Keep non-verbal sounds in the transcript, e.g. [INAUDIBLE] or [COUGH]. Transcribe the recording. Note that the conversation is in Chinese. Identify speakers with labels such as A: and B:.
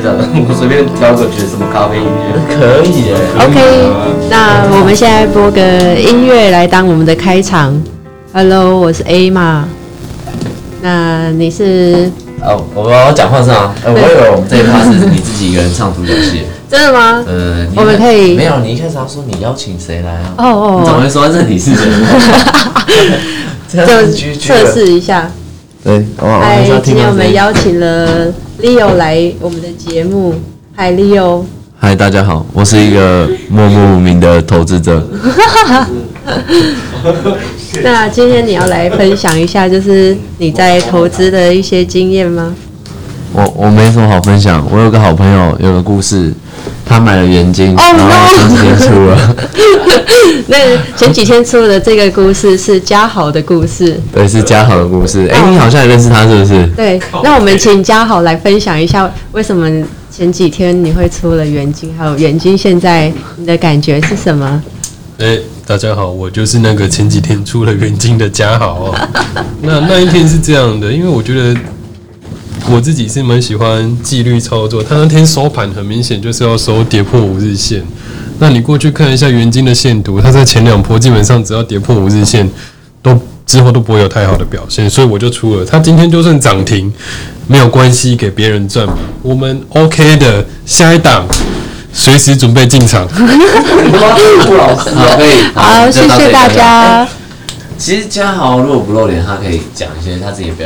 A: 的， [LAUGHS] 我随便挑个觉得什么咖啡音乐。
B: 可以哎，
C: OK，那我们现在播个音乐来当我们的开场。Hello，我是 A 嘛。那你是
B: 哦，我们要讲话是吗？
A: 哎
B: 呃，我以为我们这一趴是你自己一个人唱独角
A: [LAUGHS]
B: 戏。
C: 真的吗？
B: 呃，你
C: 我们可以
B: 没有，你一开始要说你邀请谁来啊？
C: 哦
B: 你怎么
C: 哦，
B: 会说这里是谁？这样
C: [LAUGHS] 就是
B: 居居
C: 测
B: 了。
C: 试一下。
B: 对，哇，
C: 嗨
B: 还是要，
C: 今
B: 听
C: 天我
B: 到
C: 们
B: 这。
C: 邀请了 Leo 来我们的节目。嗨，Leo。
B: 嗨，大家好，我是一个默默无名的投资者。
C: 那今天你要来分享一下，就是你在投资的一些经验吗？ [LAUGHS]
B: 我我没什么好分享，我有个好朋友有个故事，他买了原金
C: Oh,
B: 然后
C: no.
B: 前几天出了，
C: [LAUGHS] 那前几天出的这个故事是嘉豪的故事，
B: 对，是嘉豪的故事。哎、
C: Oh.
B: 你好像也认识他是不是？
C: 对。
B: 哦
C: 那我们请嘉豪来分享一下，为什么前几天你会出了原金，还有原金现在你的感觉是什么？
D: 哎、大家好，我就是那个前几天出了原金的嘉豪、哦。 [LAUGHS] 那那一天是这样的，因为我觉得我自己是蛮喜欢纪律操作。他那天收盘很明显就是要收跌破五日线。那你过去看一下原金的线图，它在前两波基本上只要跌破五日线，都之后都不会有太好的表现，所以我就出了。它今天就算涨停，没有关系，给别人赚嘛。我们 OK 的，下一档随时准备进场。
A: 你他妈是顾老师
B: 好，可以，
C: [LAUGHS] 好，
B: 就到
C: 谢
B: 这
C: 谢
B: 里
C: 大。
B: 哎
C: 家。
B: 其实嘉豪如果不露脸，他可以讲一些他自己的表